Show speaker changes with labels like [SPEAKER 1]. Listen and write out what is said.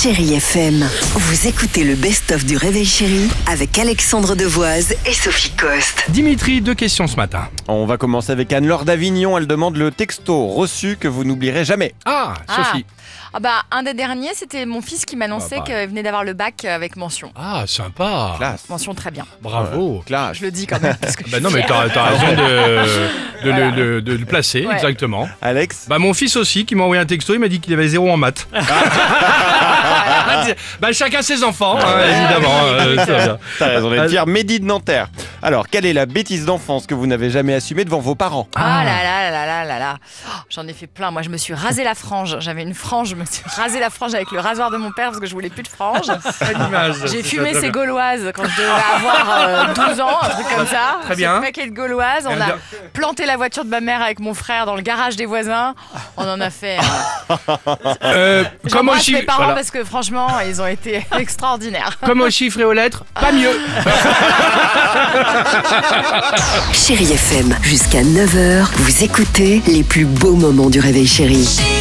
[SPEAKER 1] Chérie FM, vous écoutez le best-of du Réveil Chérie avec Alexandre Devoise et Sophie Coste.
[SPEAKER 2] Dimitri, deux questions ce matin.
[SPEAKER 3] On va commencer avec Anne-Laure d'Avignon. Elle demande le texto reçu que vous n'oublierez jamais.
[SPEAKER 2] Ah,
[SPEAKER 4] Ah.
[SPEAKER 2] Sophie.
[SPEAKER 4] Ah bah, un des derniers, c'était mon fils qui
[SPEAKER 2] Bah,
[SPEAKER 4] m'annonçait
[SPEAKER 2] pareil.
[SPEAKER 4] qu'il venait d'avoir le bac euh, avec mention.
[SPEAKER 2] Ah, sympa.
[SPEAKER 3] Classe.
[SPEAKER 4] Mention très bien.
[SPEAKER 2] Bravo.
[SPEAKER 3] Classe.
[SPEAKER 4] Je le dis quand même. parce que je
[SPEAKER 2] Bah
[SPEAKER 4] suis
[SPEAKER 2] non, mais
[SPEAKER 4] fière.
[SPEAKER 2] t'as t'as raison de, de, le-
[SPEAKER 4] Voilà.
[SPEAKER 2] de- de le placer,
[SPEAKER 4] Ouais.
[SPEAKER 2] exactement.
[SPEAKER 3] Alex
[SPEAKER 2] Bah mon fils aussi qui m'a envoyé un texto, il m'a dit qu'il avait zéro en maths. bah chacun ses enfants, hein, évidemment. euh, ça va.
[SPEAKER 3] T'as raison d'être
[SPEAKER 2] Al-
[SPEAKER 3] fier. Mehdi de Nanterre. Alors, quelle est la bêtise d'enfance que vous n'avez jamais assumée devant vos parents
[SPEAKER 4] Ah là là là là là là. Oh, J'en ai fait plein. Moi, je me suis rasé la frange. J'avais une frange. Je me suis rasé la frange avec le rasoir de mon père parce que je voulais plus de frange. J'ai fumé ces gauloises quand je devais avoir euh, 12 ans, un truc comme ça.
[SPEAKER 2] Très bien.
[SPEAKER 4] J'ai paquet de gauloises. On
[SPEAKER 2] Elle
[SPEAKER 4] a
[SPEAKER 2] vient-
[SPEAKER 4] planté la voiture de ma mère avec mon frère dans le garage des voisins. On en a fait. euh,
[SPEAKER 2] Euh, comment,
[SPEAKER 4] J'embrasse mes
[SPEAKER 2] chiffre-
[SPEAKER 4] parents
[SPEAKER 2] voilà.
[SPEAKER 4] parce que franchement, ils ont été extraordinaires.
[SPEAKER 2] comment chiffrer aux lettres
[SPEAKER 4] Ah.
[SPEAKER 2] Pas mieux.
[SPEAKER 1] Chérie FM, jusqu'à 9h, vous écoutez les plus beaux moments du Réveil Chérie.
[SPEAKER 5] Chérie